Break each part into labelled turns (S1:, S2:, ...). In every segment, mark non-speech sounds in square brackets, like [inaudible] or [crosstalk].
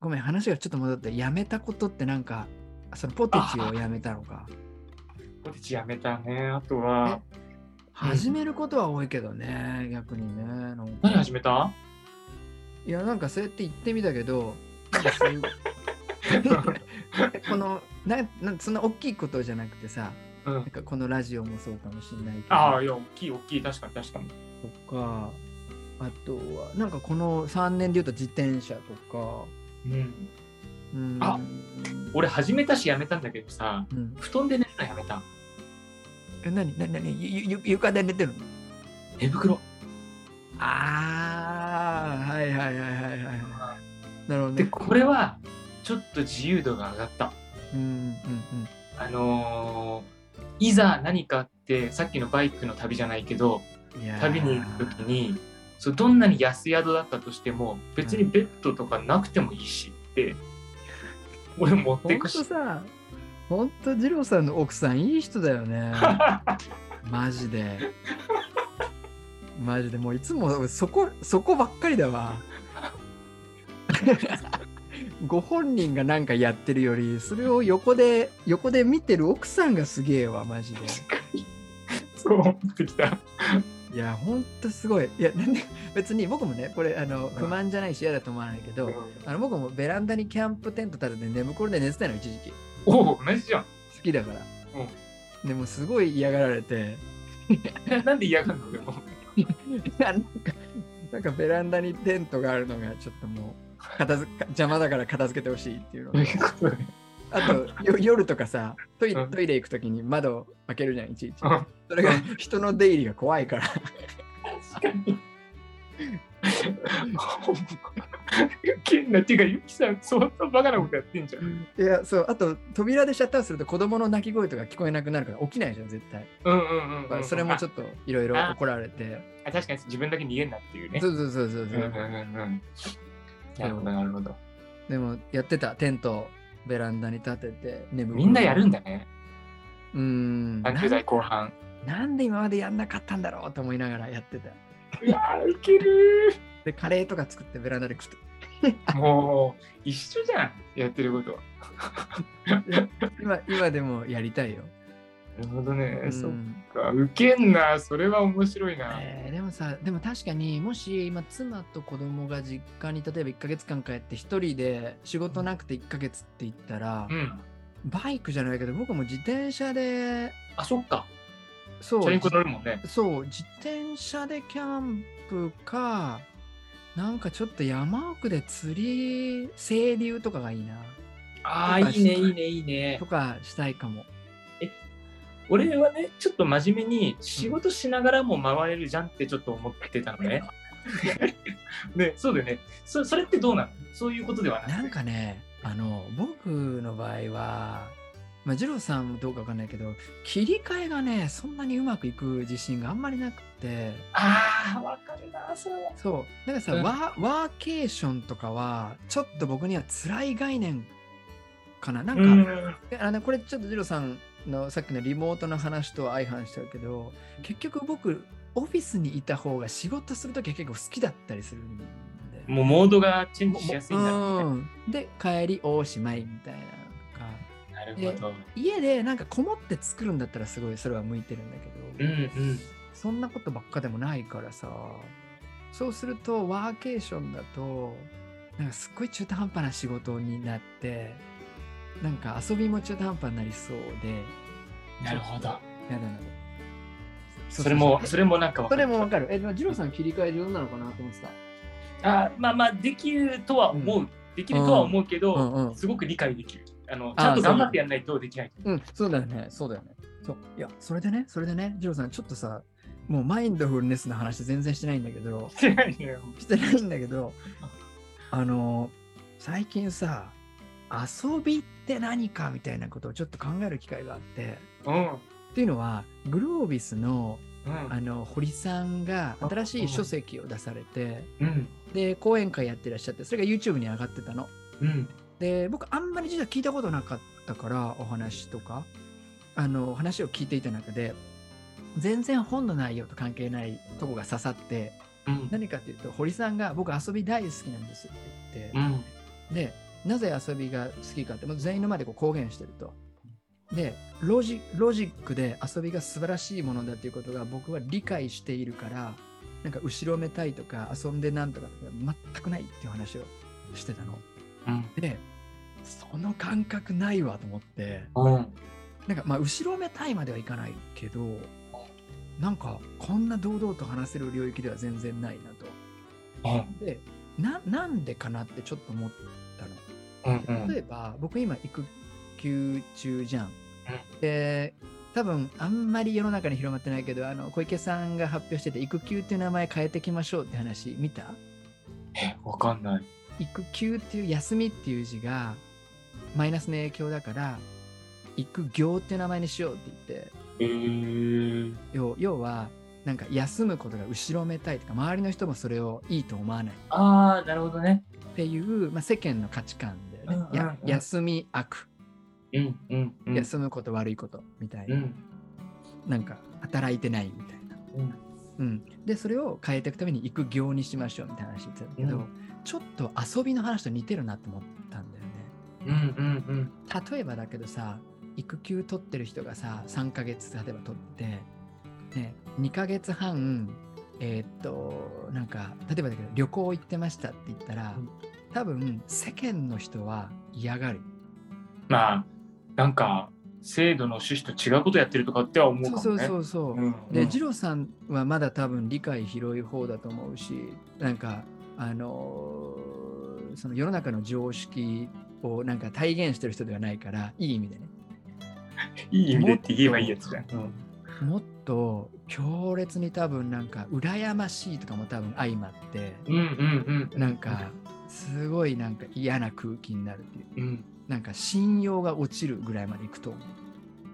S1: ごめん、話がちょっと戻って、辞めたことってなんか、そのポテチを辞めたのか。
S2: ポテチやめたね。あとは、
S1: 始めることは多いけどね、逆にね。なんか
S2: 何始めた
S1: いや、なんかそうやって言ってみたけど、なんか
S2: [laughs]
S1: そういうこのななんそんな大きいことじゃなくてさ、
S2: う
S1: なん
S2: ん。
S1: かこのラジオもそうかもしれないけど、
S2: ああ、いや、大きい、大きい。確かに、確かに。
S1: とか、あとは、なんかこの3年で言うと自転車とか、
S2: うん。
S1: うん、
S2: あ俺、始めたし、やめたんだけどさ、
S1: うん、
S2: 布団で寝るのやめた。
S1: え、なになになにゆゆ床で寝てるの
S2: 寝袋。
S1: ああ、はいはいはいはいはい。なるほど
S2: で、
S1: ね。
S2: これは、ちょっと自由度が上がった。
S1: うんうん
S2: あのーいざ何かあって、さっきのバイクの旅じゃないけど、
S1: うんうん。いやー
S2: 旅に行くときに、そうどんなに安宿だったとしても、別にベッドとかなくてもいいしって、俺持っ
S1: ほ
S2: て
S1: ん
S2: く
S1: と
S2: し。
S1: さ、ほんと二郎さんの奥さんいい人だよね。
S2: [laughs]
S1: マジで。マジでもういつもそこそこばっかりだわ。 [laughs] ご本人がなんかやってるより、それを横で横で見てる奥さんがすげえわ、マジで。
S2: そう思ってきた。
S1: いや、ほんとすごい。いや、なんで別に僕もね、これあの
S2: ん
S1: 不満じゃないし嫌だと思わないけど、あの僕もベランダにキャンプテント立てて寝袋で寝てたの、一時期。好
S2: おお、同じじゃん。
S1: きだから。でもすごい嫌がられ
S2: [laughs]
S1: て、
S2: ななん [laughs] で嫌がるのでも。
S1: いやなんかなんかベランダにテントがあるのがちょっともう片づ邪魔だから片付けてほしいっていうのとあとよ夜とかさトイレ
S2: うん
S1: トイレ行く時に窓開けるじゃんいちいち
S2: うん
S1: それが人の出入りが怖いから
S2: 確かに。けんなっていうか、ゆきさん、相当バカなことやってんじゃん。
S1: いやそうあと扉でシャッターすると子供の泣き声とか聞こえなくなるから起きないじゃん絶対
S2: うんうんうんうん、
S1: それもち
S2: ょっ
S1: ょっといろいろ
S2: あ
S1: 怒られて
S2: と。確かに自分だけ逃げんなっていうね。
S1: そうそうそうそう
S2: う
S1: そうん
S2: んううんうん。なるほど、なるほど。
S1: でもやってたテントをベランダに立てて眠る
S2: みんなやるんだね。
S1: うーん
S2: 30代後半。
S1: なんで今までやんなかったんだろうと思いながらやってた。
S2: いやー、いける
S1: で、カレーとか作ってベランダで食って。
S2: ー。もう、一緒じゃん、やってることは。
S1: 今今でもやりたいよ。
S2: なるほどね。
S1: うん
S2: そっか。ウケんな、それは面白いな。
S1: えーでもさ、でも確かにもし今妻と子供が実家に例えば1ヶ月間帰って一人で仕事なくて1ヶ月って言ったら、
S2: うん。
S1: バイクじゃないけど僕も自転車で、
S2: あ、そっか。
S1: そう、
S2: チャリンコ乗るもんね。
S1: そう、自転車でキャンプか、なんかちょっと山奥で釣り、清流とかがいいな、
S2: ああ、
S1: とか
S2: いいね、いいね、いいね
S1: と。かしたいかも。
S2: 俺はね、ちょっと真面目に仕事しながらも回れるじゃんってちょっと思ってたのね。 [laughs] ね、そうだよね。そそれってどうなのそういうことではな。
S1: ないんかね、あの、僕の場合は、まあ、二郎さんもどうかわかんないけど、切り替えがね、そんなにうまくいく自信があんまりなくて、
S2: ああ、わかるな、それは。
S1: そう、だからさ、
S2: うん
S1: ワーワーケーションとかは、ちょっと僕には辛い概念かな。なんか、
S2: うん。
S1: あのこれちょっと二郎さんのさっきのリモートの話とは相反しちゃうけど、結局僕、オフィスにいた方が仕事するときは結構好きだったりするんで。
S2: もうモードがチェンジしやすいんだろうね。
S1: うんで、帰りおしまいみたいなのとか。
S2: なるほど。
S1: 家でなんかこもって作るんだったらすごいそれは向いてるんだけ
S2: う
S1: ど、
S2: んうん。
S1: そんなことばっかでもないからさそうするとワーケーションだとなんかすっごい中途半端な仕事になってなんか遊びも中途半端になりそうで
S2: なるほど。
S1: やだな
S2: それも、
S1: そ
S2: それもなんかわか
S1: それ
S2: る
S1: もわかるえでも二郎さん切り替え上手なのかなと思ってた
S2: あーまあまあ、できるとは思う。できるとは思うけど、
S1: うんうんうん
S2: すごく理解できる。あの
S1: あー
S2: ちゃんと頑張ってやんないとでき
S1: [laughs]
S2: ない。
S1: うん、そうだよね、そうだよね。そういや、それでね、それでね、ジローさん、ちょっとさ、もうマインドフルネスの話全然してないんだけど、
S2: してないのよ。
S1: してないんだけど、あの、最近さ、遊びって何かみたいなことをちょっと考える機会があって、
S2: うん。
S1: っていうのは、グロービスの
S2: うん
S1: あの堀さんが新しい書籍を出されて、
S2: うん。
S1: で、講演会やってらっしゃって、それが YouTube に上がってたの。
S2: うん。
S1: で僕あんまり実は聞いたことなかったからお話とかあのお話を聞いていた中で全然本の内容と関係ないとこが刺さって
S2: うん。
S1: 何かっていうと堀さんが僕遊び大好きなんですって言って、
S2: うん。
S1: でなぜ遊びが好きかって、もう全員の前でこう公言してると。でロジ、ロジックで遊びが素晴らしいものだということが僕は理解しているから、なんか後ろめたいとか遊んでなんとかとか全くないっていう話をしてたの。
S2: うん。
S1: で、その感覚ないわと思って、
S2: うん。
S1: なんかまあ後ろめたいまではいかないけど、なんかこんな堂々と話せる領域では全然ないなと。
S2: うん。
S1: でななんでかなってちょっと思ったの。
S2: うん。うん。
S1: 例えば僕今育休中じゃん
S2: う。
S1: で多分あんまり世の中に広まってないけどあの小池さんが発表してて育休っていう名前変えていきましょうって話見た
S2: え、わかんない。
S1: 育休っていう休みっていう字がマイナスの影響だから育業っていう名前にしようって言って
S2: えー。
S1: 要要はなんか休むことが後ろめたいとか周りの人もそれをいいと思わない
S2: ああ、なるほどね。
S1: っていう、まあ、世間の価値観だよね、
S2: うんうんうん
S1: や休み悪
S2: うん。うん。うん。
S1: 休むこと悪いことみたいな、
S2: うん。
S1: なんか働いてないみたいな、
S2: うん。
S1: うん、でそれを変えていくために行く行にしましょうみたいな話言ってたんだけど、
S2: うん
S1: ちょっと遊びの話と似てるなと思ったんだよね
S2: うん。うん。
S1: 例えばだけどさ育休取ってる人がさ3ヶ月例えば取って、ね、2ヶ月半えーっとなんか例えばだけど旅行行ってましたって言ったら、
S2: うん
S1: 多分世間の人は嫌がる
S2: まあ、なんか、制度の趣旨と違うことやってるとかっては思うか
S1: そ
S2: も
S1: う
S2: ね。
S1: そうそうそう、
S2: うん。
S1: で、
S2: うん
S1: 二郎さんはまだ多分理解広い方だと思うし、なんか、あのーその世の中の常識をなんか体現してる人ではないから、いい意味でね。
S2: いい意味でって言えばいいやつじゃん。
S1: もっと強烈に多分なんか、羨ましいとかも多分相まって、
S2: うん。うん。うん。
S1: なんか、すごいなんか嫌な空気になるっていう。
S2: うん。
S1: なんか信用が落ちるぐらいまでいくと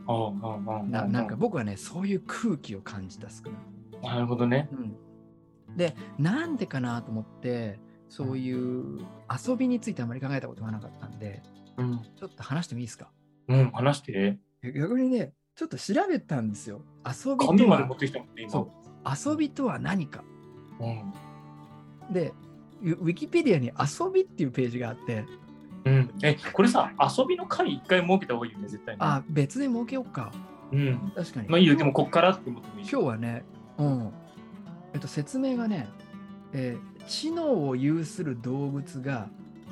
S1: 思
S2: ああ、ああああ
S1: う。ななんか僕はね、そういう空気を感じた少なくとも
S2: なるほどね。
S1: うん、でなんでかなと思ってそういう遊びについてあまり考えたことがなかったんで
S2: うん。
S1: ちょっと話してもいいですか
S2: うん、話して。
S1: 逆にねちょっと調べたんですよ遊び
S2: 紙
S1: と
S2: まで持
S1: は
S2: ってきたもんね、今。
S1: そう遊びとは何か
S2: うん。
S1: でウウィキペディアに遊びっていうページがあって
S2: うん。え、これさ、遊びの会一回設けた方がいいよね、絶対に。
S1: あ別で設けようか
S2: うん。
S1: 確かに
S2: まあいいよ、でもこっからって思ってもいいし。
S1: 今日はね、うん。えっと、説明がね、えー知能を有する動物が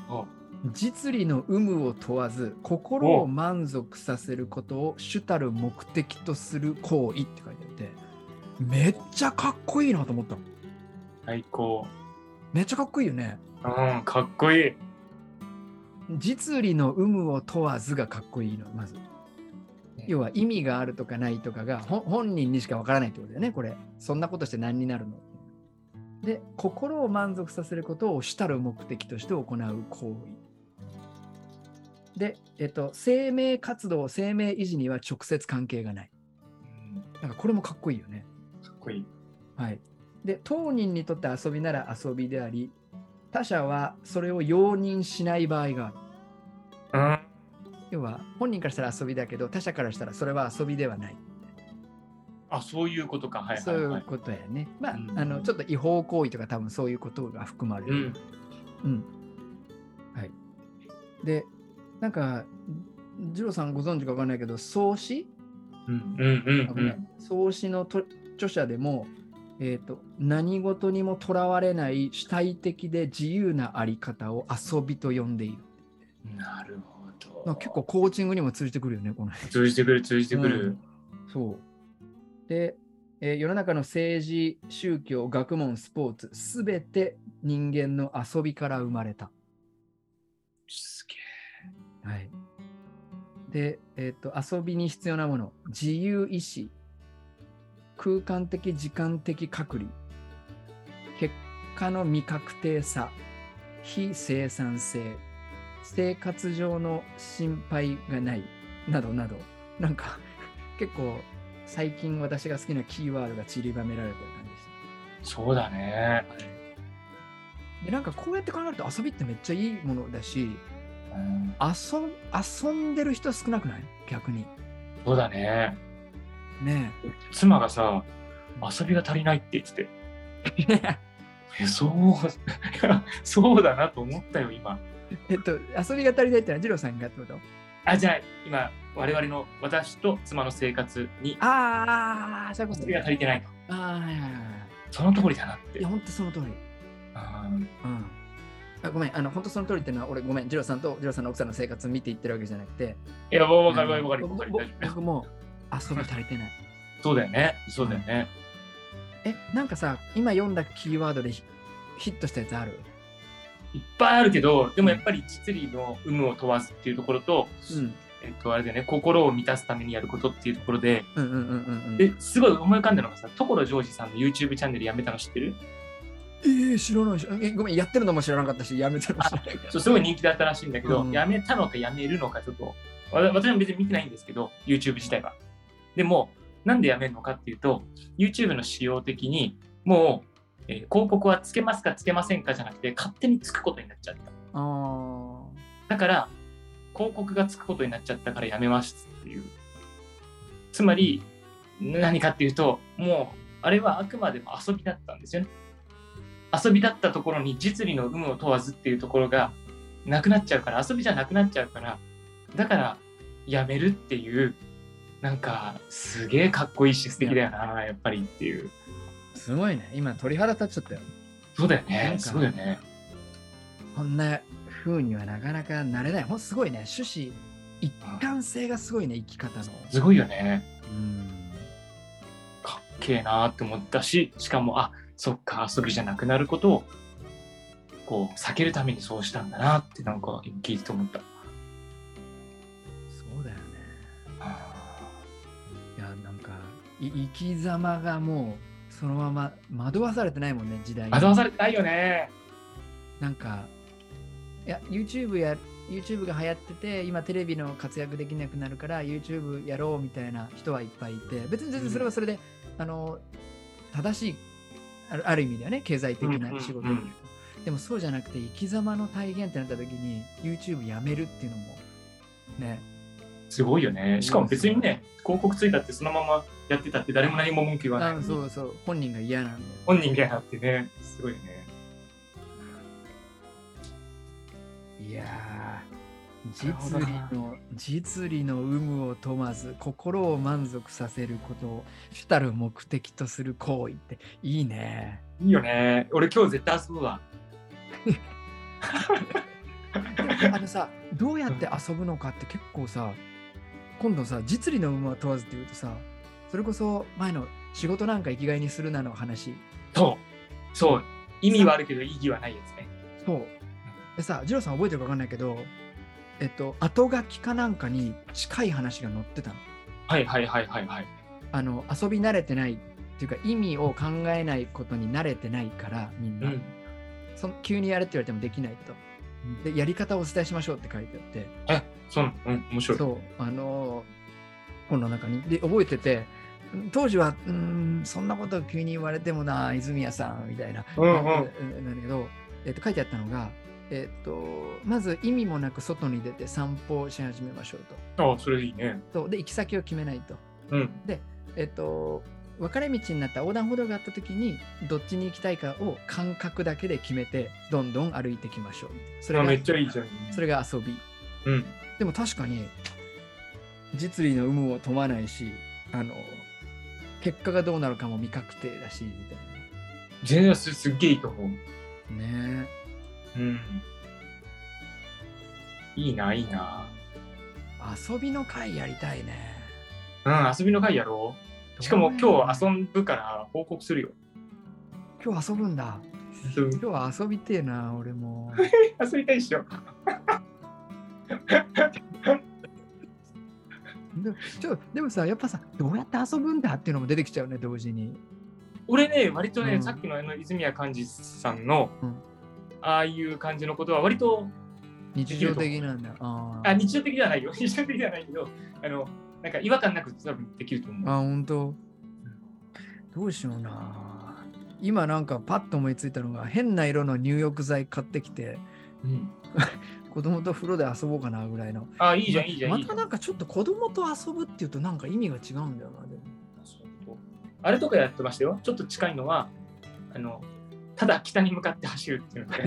S2: あ
S1: 実利の有無を問わず心を満足させることを主たる目的とする行為って書いてあってめっちゃかっこいいなと思ったの
S2: 最高。
S1: めっちゃかっこいいよね
S2: うん、かっこいい。
S1: 実利の有無を問わずがかっこいいのまず要は意味があるとかないとかがほん本人にしかわからないってことだよねこれそんなことして何になるので心を満足させることを主たる目的として行う行為で、えっと、生命活動生命維持には直接関係がない
S2: うん
S1: なんかこれもかっこいいよね
S2: かっこいい。
S1: はいで当人にとって遊びなら遊びであり他者はそれを容認しない場合がある
S2: うん。
S1: 要は本人からしたら遊びだけど他者からしたらそれは遊びではない
S2: あ、そういうことか。はい
S1: そ
S2: は
S1: う
S2: い
S1: い
S2: は
S1: う
S2: い。
S1: ことやね。まあ、
S2: うん
S1: あのちょっと違法行為とか多分そういうことが含まれ
S2: う
S1: る
S2: ん。。
S1: うんはい。で、なんか、ジローさんご存知かわかんないけど、創始、
S2: うんうんう
S1: あごめん
S2: ん
S1: 創始のと著者でも、えーと、何事にもとらわれない主体的で自由なあり方を遊びと呼んでいる。
S2: うん。なるほど。
S1: まあ、結構コーチングにも通じてくるよね、この辺。
S2: 通じてくる通じてく
S1: う
S2: る
S1: ん。そう。で、えー世の中の政治、宗教、学問、スポーツ、すべて人間の遊びから生まれた。
S2: すげ
S1: はい。で、えっ、と、遊びに必要なもの、自由意志、空間的、時間的隔離、結果の未確定さ、非生産性、生活上の心配がない、などなど、なんか、結構、最近私が好きなキーワードが散りばめられてる感じでした。
S2: え。そうだね。
S1: で、なんかこうやって考えると遊びってめっちゃいいものだし、
S2: うん
S1: 遊ん遊んでる人少なくない逆に。
S2: そうだね。
S1: ね
S2: 妻がさ、遊びが足りないって言ってて。
S1: え。
S2: [laughs] えそうそうだなと思ったよ今
S1: [laughs] えっと、遊びが足りないってのは、ジローさんがってこと
S2: あ、じゃあ、今、我々の私と妻の生活に、
S1: ああ、そういうこと
S2: それが足りてないと。
S1: ああ、はいはいは
S2: その通りだなっ
S1: い。
S2: て。
S1: いや、本当その通り。
S2: あー
S1: うん。あごめん、あの、本当その通りっていうのは、俺、ごめん、ジローさんとジローさんの奥さんの生活見ていってるわけじゃなくて、
S2: いや、わかるわかる
S1: あの
S2: わ
S1: 僕
S2: かるわかる大丈夫。
S1: 僕も遊び足りてない。
S2: そうだよね。そうだよね。
S1: え、なんかさ、今読んだキーワードでヒヒットしたやつある
S2: いっぱいあるけど、でもやっぱり実利の有無を問わずっていうところと、
S1: うん。
S2: えっと、あれだよね、心を満たすためにやることっていうところで、
S1: うんうんうんうんうん。え
S2: ですごい思い浮かんだのがさ、所ジョージさんの YouTube チャンネルやめたの知ってる
S1: えー、知らないし、え、ごめん、やってるのも知らなかったし、やめたのも知らなかった。
S2: そうすごい人気だったらしいんだけど、
S1: うん
S2: やめたのかやめるのかちょっと、わ私も別に見てないんですけど、YouTube 自体は。でも、なんでやめるのかっていうと、YouTube の仕様的に、もう、えー広告はつけますかつけませんかじゃなくて、勝手につくことになっちゃった。
S1: [laughs] あー
S2: だから、広告がつくことになっちゃったからやめますっていう。つまり、何かっていうと、もう、あれはあくまでも遊びだったんですよね。遊びだったところに実利の有無を問わずっていうところがなくなっちゃうから、遊びじゃなくなっちゃうから、だからやめるっていう、なんか、すげえかっこいいし素敵だよな、やっぱりっていう。
S1: すごいね。今、鳥肌立っちゃったよ。
S2: そうだよ
S1: なん
S2: ね。
S1: か
S2: すごいよね。
S1: こんな風にはなかなかなれない。ほんとすごいね。趣旨、一貫性がすごいね、生き方の。
S2: すごいよね。
S1: うん。
S2: かっけえなーって思ったししかもあそっか遊びじゃなくなることをこう避けるためにそうしたんだなってなんか聞いてて思った
S1: そうだよね。
S2: あ
S1: いや、なんか、い生き様がもう、そのまま惑わされてないもんね、時代
S2: ー
S1: に
S2: 惑わされてないよね
S1: なんか、いや、YouTube や、YouTube が流行ってて、今テレビの活躍できなくなるから、YouTube やろうみたいな人はいっぱいいて、別に全然それはそれで、あの、正しい、あるある意味だよね、経済的な仕事、
S2: うんうんうん
S1: でもそうじゃなくて、生き様の体現ってなった時に、YouTube やめるっていうのも、ね、
S2: すごいよねしかも別にね広告ついたってそのままやってたって誰も何も文句言わない
S1: あそうそう、本人が嫌なんで。
S2: 本人がやってねすごいよね
S1: いや
S2: なるほど
S1: ー実利
S2: な
S1: の実利の有無を問わず心を満足させることを主たる目的とする行為っていいね。
S2: いいよね俺今日絶対遊ぶわ
S1: あのさどうやって遊ぶのかって結構さ今度さ実利の有無は問わずって言うとさそれこそ前の仕事なんか生きがいにするなの話
S2: そうそう意味はあるけど意義はないやつね
S1: そうでさ二郎さん覚えてるか分かんないけどえっと後書きかなんかに近い話が載ってたの。
S2: はいはいはいはいはい
S1: あの遊び慣れてないっていうか意味を考えないことに慣れてないからみん
S2: う
S1: な、
S2: ん
S1: その急にやれって言われてもできないとでやり方をお伝えしましょうって書いてあって、
S2: えそうなのうん面白い
S1: そうあのー本の中にで覚えてて当時はうーんそんなこと急に言われてもな泉谷さんみたいな、
S2: うんうん
S1: なんだけど、えっと書いてあったのが、えっとまず意味もなく外に出て散歩をし始めましょう
S2: あそれいいね
S1: とそうで行き先を決めないと。
S2: うん
S1: えっと、分かれ道になった横断歩道があった時にどっちに行きたいかを感覚だけで決めてどんどん歩いていきましょうそれ
S2: あ
S1: が
S2: めっちゃいいじゃん。
S1: それが遊び
S2: うん。
S1: でも確かに実利の有無を問わないしあの結果がどうなるかも未確定だしみたい
S2: 全然すすっげえいいと思う。
S1: なね
S2: うん。いいな、いいな。
S1: え遊びの会やりたいね
S2: うん、遊びの会やろう。しかも今日
S1: 日
S2: 遊ぶから報告するよ。
S1: 今日遊ぶんだ
S2: 遊ぶ [laughs]
S1: 今日は遊びてえな俺も
S2: 遊びたいっしょ。
S1: でちょでもさやっぱさどうやって遊ぶんだっていうのも出てきちゃうね同時に
S2: 俺ね、割とね、
S1: うん
S2: さっきのあの泉谷寛治さんの、
S1: うん
S2: ああいう感じのことは割と
S1: 日常的なんだ。あー
S2: あ、日常的ではないよ。 [laughs] 日常的ではないけど、あの、なんか違和感なく多分できると思う。
S1: あ、本当。どうしような。今なんかパッと思いついたのが変な色の入浴剤買ってきて
S2: うん、
S1: 子供と風呂で遊ぼうかなぐらいの。
S2: あ、いいじゃん、いいじゃん。
S1: ま
S2: いいじゃ
S1: た
S2: ん
S1: なんかちょっと子供と遊ぶっていうとなんか意味が違うんだよな。でも
S2: あれとかやってましたよ。ちょっと近いの [laughs] は、あの、ただ北に向かって走るっていうのが、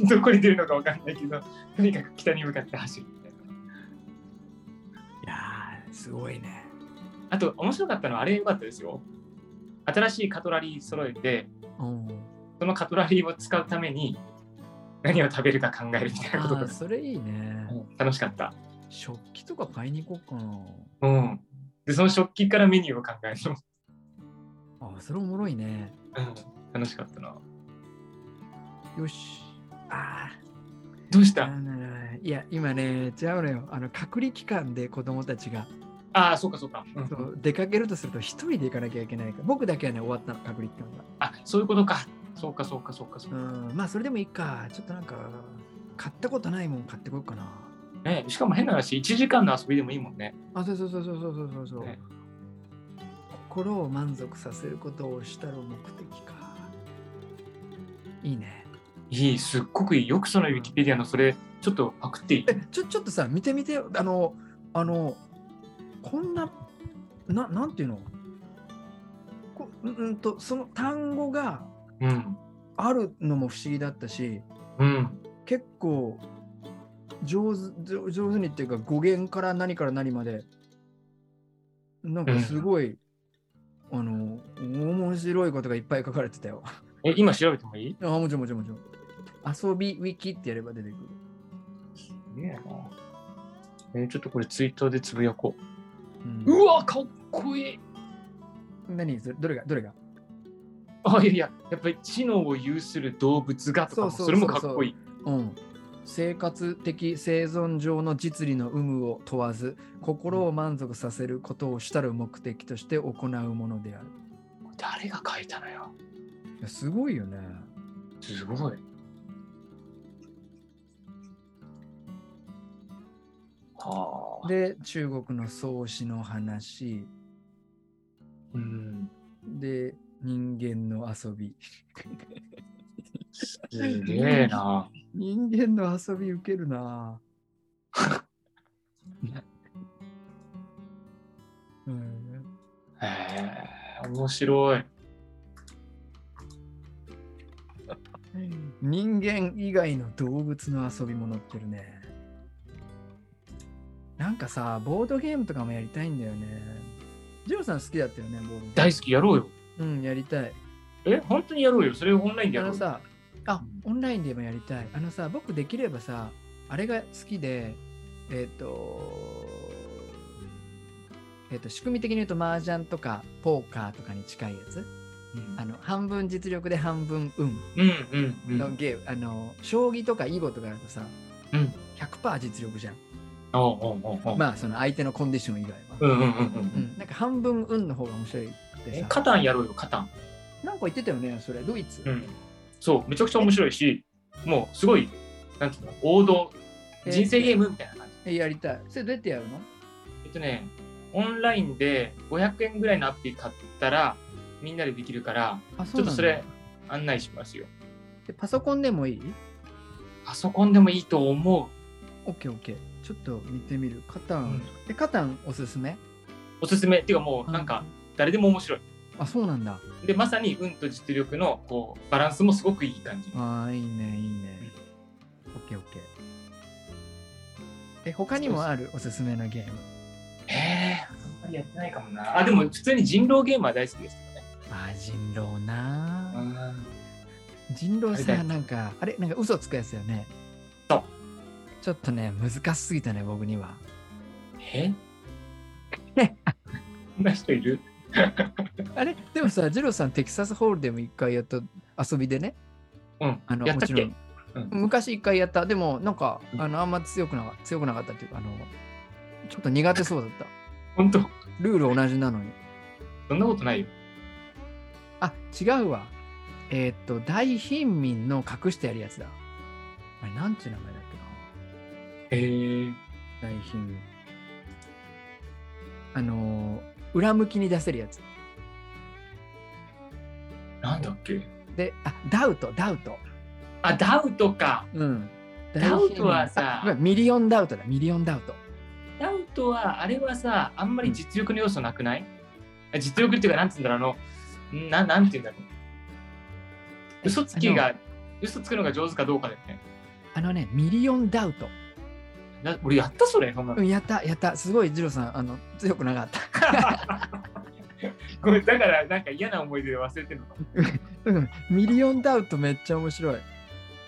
S2: どどこに出るのかわかんないけど、とにかく北に向かって走るみたいな。
S1: いやー、すごいね。
S2: あと、面白かったのはあれ良かったですよ。新しいカトラリー揃えて、
S1: うん。
S2: そのカトラリーを使うために何を食べるか考えるみたいなこと
S1: あ
S2: が
S1: ーそれいいね。
S2: うん楽しかった。
S1: 食器とか買いに行こうかな
S2: うん。で、その食器からメニューを考えるの。。
S1: あー、それおもろいね。
S2: うん楽しかったな。
S1: よし。あ
S2: どうし
S1: あ、
S2: た
S1: なんだろういや、今ね、違うのよ。あの、隔離期間で子供たちが、
S2: ああ、そうかそうか。うん
S1: そう出かけるとすると、一人で行かなきゃいけないから、僕だけはね、終わったの、隔離期間が。
S2: あ、そういうことか。そうかそうかそうかそう
S1: う
S2: か。
S1: ん、まあ、それでもいいか。ちょっとなんか、買ったことないもん買ってこようかな。
S2: ね、しかも変な話、1時間の遊びでもいいもんね。
S1: あ、そうそうそうそうそうそうそうそう、
S2: ね
S1: 心を満足させることをしたの目的か。いいね。
S2: いい、すっごくいい。よくそのウィキペディアのそれ、ちょっとパクっていい。
S1: えちょちょっとさ見てみてよあのあのこんなななんていうのこうんうんとその単語が
S2: うん。
S1: あるのも不思議だったし
S2: うん。
S1: 結構上手上上手にっていうか語源から何から何までなんかすごい、あの面白いことがいっぱい書かれてたよ。
S2: え、今調べてもいい
S1: あもちろんもちろんもちろん。遊びウィキってやれば出てくる。
S2: いいな。えーちょっとこれツイッターでつぶやこ
S1: うん
S2: う。うわ、かっこいい。
S1: 何それどれがどれが
S2: あ、いやいや、やっぱり知能を有する動物がとかも、
S1: そうそうそうそう
S2: それもかっこいい。
S1: うん、生活的生存上の実利の有無を問わず心を満足させることをしたる目的として行うものである
S2: 誰が書いたのよ。
S1: いやすごいよね
S2: すごい。はあ。
S1: で中国の創始の話
S2: うん。
S1: で人間の遊び
S2: すげえな。
S1: 人間の遊び受ける
S2: [laughs]
S1: なうん
S2: へえ、面白い。
S1: 人間以外の動物の遊びも載ってるね。なんかさ、ボードゲームとかもやりたいんだよね。ジローさん好きだったよね、ボードゲーム。
S2: 大好き、やろうよ。
S1: うん、やりたい。
S2: え、本当にやろうよ。それをオンラインで
S1: あ
S2: やろ
S1: の
S2: うよ。
S1: さ、あ、オンラインでもやりたい。あのさ、僕できればさ、あれが好きで、えっ、と、えっ、と、仕組み的に言うと、麻雀とか、ポーカーとかに近いやつ。
S2: うん
S1: あの、半分実力で半分運
S2: うんうんう
S1: の
S2: ん。
S1: ゲーム、あの、将棋とか囲碁とかだとさ、
S2: うん
S1: 100%実力じゃん。
S2: おうおうおうおう
S1: まあ、その相手のコンディション以外は。
S2: うんうんうんう
S1: うんんなんか半分運の方が面白いって
S2: うん。
S1: さ。
S2: カタンやろうよ、カタン。
S1: なんか言ってたよね、それ、ドイツ。
S2: うん。そう、めちゃくちゃ面白いし、もうすごい、なんていうの、王道、
S1: え
S2: 人生ゲームみたいな感じ。
S1: えやりたい。それどうやってやるの
S2: えっとね、オンラインで500円ぐらいのアプリ買ったら、みんなでできるから、
S1: あ、
S2: ちょっとそれ
S1: なんだ
S2: 案内しますよ。
S1: でパソコンでもいい
S2: パソコンでもいいと思う。
S1: オッケーオッケー。ちょっと見てみる。カタン。
S2: うん
S1: で、カタンおすすめ
S2: おすすめ。っていうかもう、なんか、。誰でも面白い。
S1: あ、そうなんだ。
S2: で、まさに運と実力のこうバランスもすごくいい感じ。
S1: ああ、いいね、いいね。オッケーオッケー。え、他にもあるおすすめのゲーム。
S2: えー、あんまりやってないかもな。あ、でも普通に人狼ゲームは大好きですけ
S1: あー、人狼な
S2: ど
S1: ー。
S2: ね。
S1: 人狼
S2: やり
S1: さ、
S2: たい
S1: なんか、あれなんか嘘つくやつだよね。
S2: そう。
S1: ちょっとね、難しすぎたね、僕には。
S2: え [laughs] そんな人いる
S1: あれでもさ、ジローさん、テキサスホールでも一回やった遊びでね。
S2: うん。
S1: あの、
S2: やっ
S1: も
S2: たっ
S1: ちろ
S2: け
S1: ん。
S2: うん
S1: 昔一回やった。でも、なんか、
S2: うん
S1: あの、あんま強くなか強くなかったっていうか、あの、ちょっと苦手そうだった。
S2: 本当
S1: ルール同じなのに。
S2: そんなことないよ。
S1: あ、違うわ。えーっと、大貧民の隠してやるやつだ。あれ、なんちゅう名前だっ
S2: えー、
S1: けな。大貧民。あのー裏向きに出せるやつ。
S2: なんだっけ
S1: で、あ、ダウト、ダウト。
S2: あ、ダウトか。
S1: うん。
S2: ダウトはさ
S1: 大貧民あミリオンダウトだ、ミリオンダウト。
S2: ダウトは、あれはさ、あんまり実力の要素なくない、あ実力っていうか、なんつうんだろう、あの、ななんていうんだろう。嘘つきが嘘つくのが上手かどうかだよね。
S1: あのね、ミリオンダウト。
S2: な俺やったそれ、そんな
S1: う
S2: の
S1: ん、やった、やった。すごい、ジローさん、あの、強くなかった。
S2: ごめんだからなんか嫌な思い出忘れてるのかも。
S1: うん、ミリオンダウトめっちゃ面白い。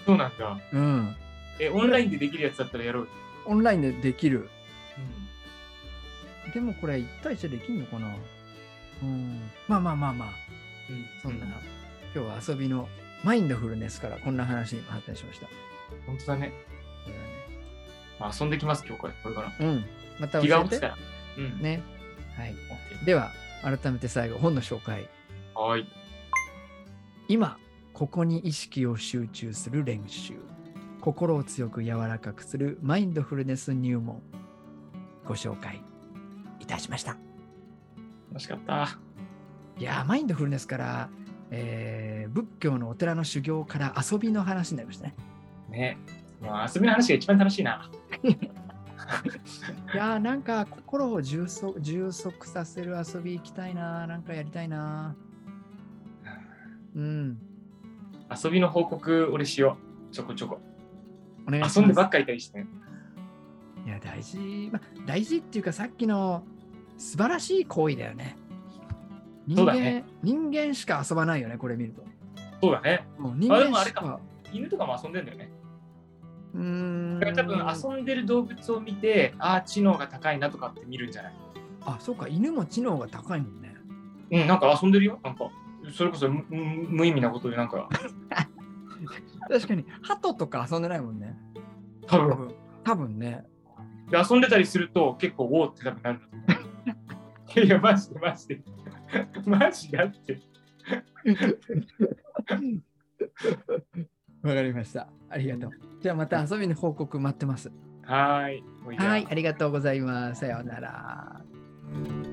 S2: そうなんだ。
S1: うん。
S2: え、オンラインでできるやつだったらやろう。
S1: オンラインでできる。でもこれ、1対1でできんのかなうん。まあまあまあまあ、
S2: うん。うん、
S1: そんな、
S2: う
S1: 今日は遊びのマインドフルネスからこんな話に発展しました。こ
S2: 本当だね。
S1: れはね
S2: まあ、遊んできます、今日これこれから。
S1: うん。また
S2: 日が
S1: 教
S2: 落ち
S1: え
S2: た
S1: て。
S2: ら。うん。
S1: ね。はい。
S2: オッケ
S1: では、改めて最後、本の紹介。
S2: ーはーい。
S1: 今、ここに意識を集中する練習。心を強く柔らかくするマインドフルネス入門。ご紹介いたしました。
S2: 楽しかった。
S1: いやー、マインドフルネスから、えー仏教のお寺の修行から遊びの話になりましたね。
S2: ね。まあ、遊びの話が一番楽しいな。
S1: い
S2: [laughs]
S1: やー、なんか心を充足充足させる遊び行きたいなー。なんかやりたいなー。うん。
S2: 遊びの報告、俺しよう。ちょこちょこ。
S1: お願いします。
S2: 遊んでばっかいたりしてね。
S1: いや、大事、まあ、大事っていうか、さっきの素晴らしい行為だよね。
S2: そ
S1: 人
S2: うだ
S1: 間、
S2: ね
S1: 人間しか遊ばないよね、これ見ると。
S2: そうだね。
S1: もう人
S2: でも
S1: 間
S2: あ
S1: し
S2: れ
S1: か
S2: か。犬とかも遊んでんだよね。
S1: うーん。
S2: だから多分遊んでる動物を見て、ああ、知能が高いなとかって見るんじゃない
S1: あ、そうか、犬も知能が高いもんね。
S2: うん、なんか遊んでるよ。なんか、それこそむむ無意味なことで、なんか、
S1: 確かに、鳩とか遊んでないもんね。
S2: 多
S1: 多
S2: 分
S1: 分多分ね。
S2: で遊んでたりすると、結構、おおって多分なるんだと思う。いや、マジで、マジで。 [laughs] マジだって。
S1: [laughs] わかりました。ありがとう。じゃあまた遊びの報告待ってます。
S2: はーい。もういいや
S1: はい、ありがとうございます。さようなら。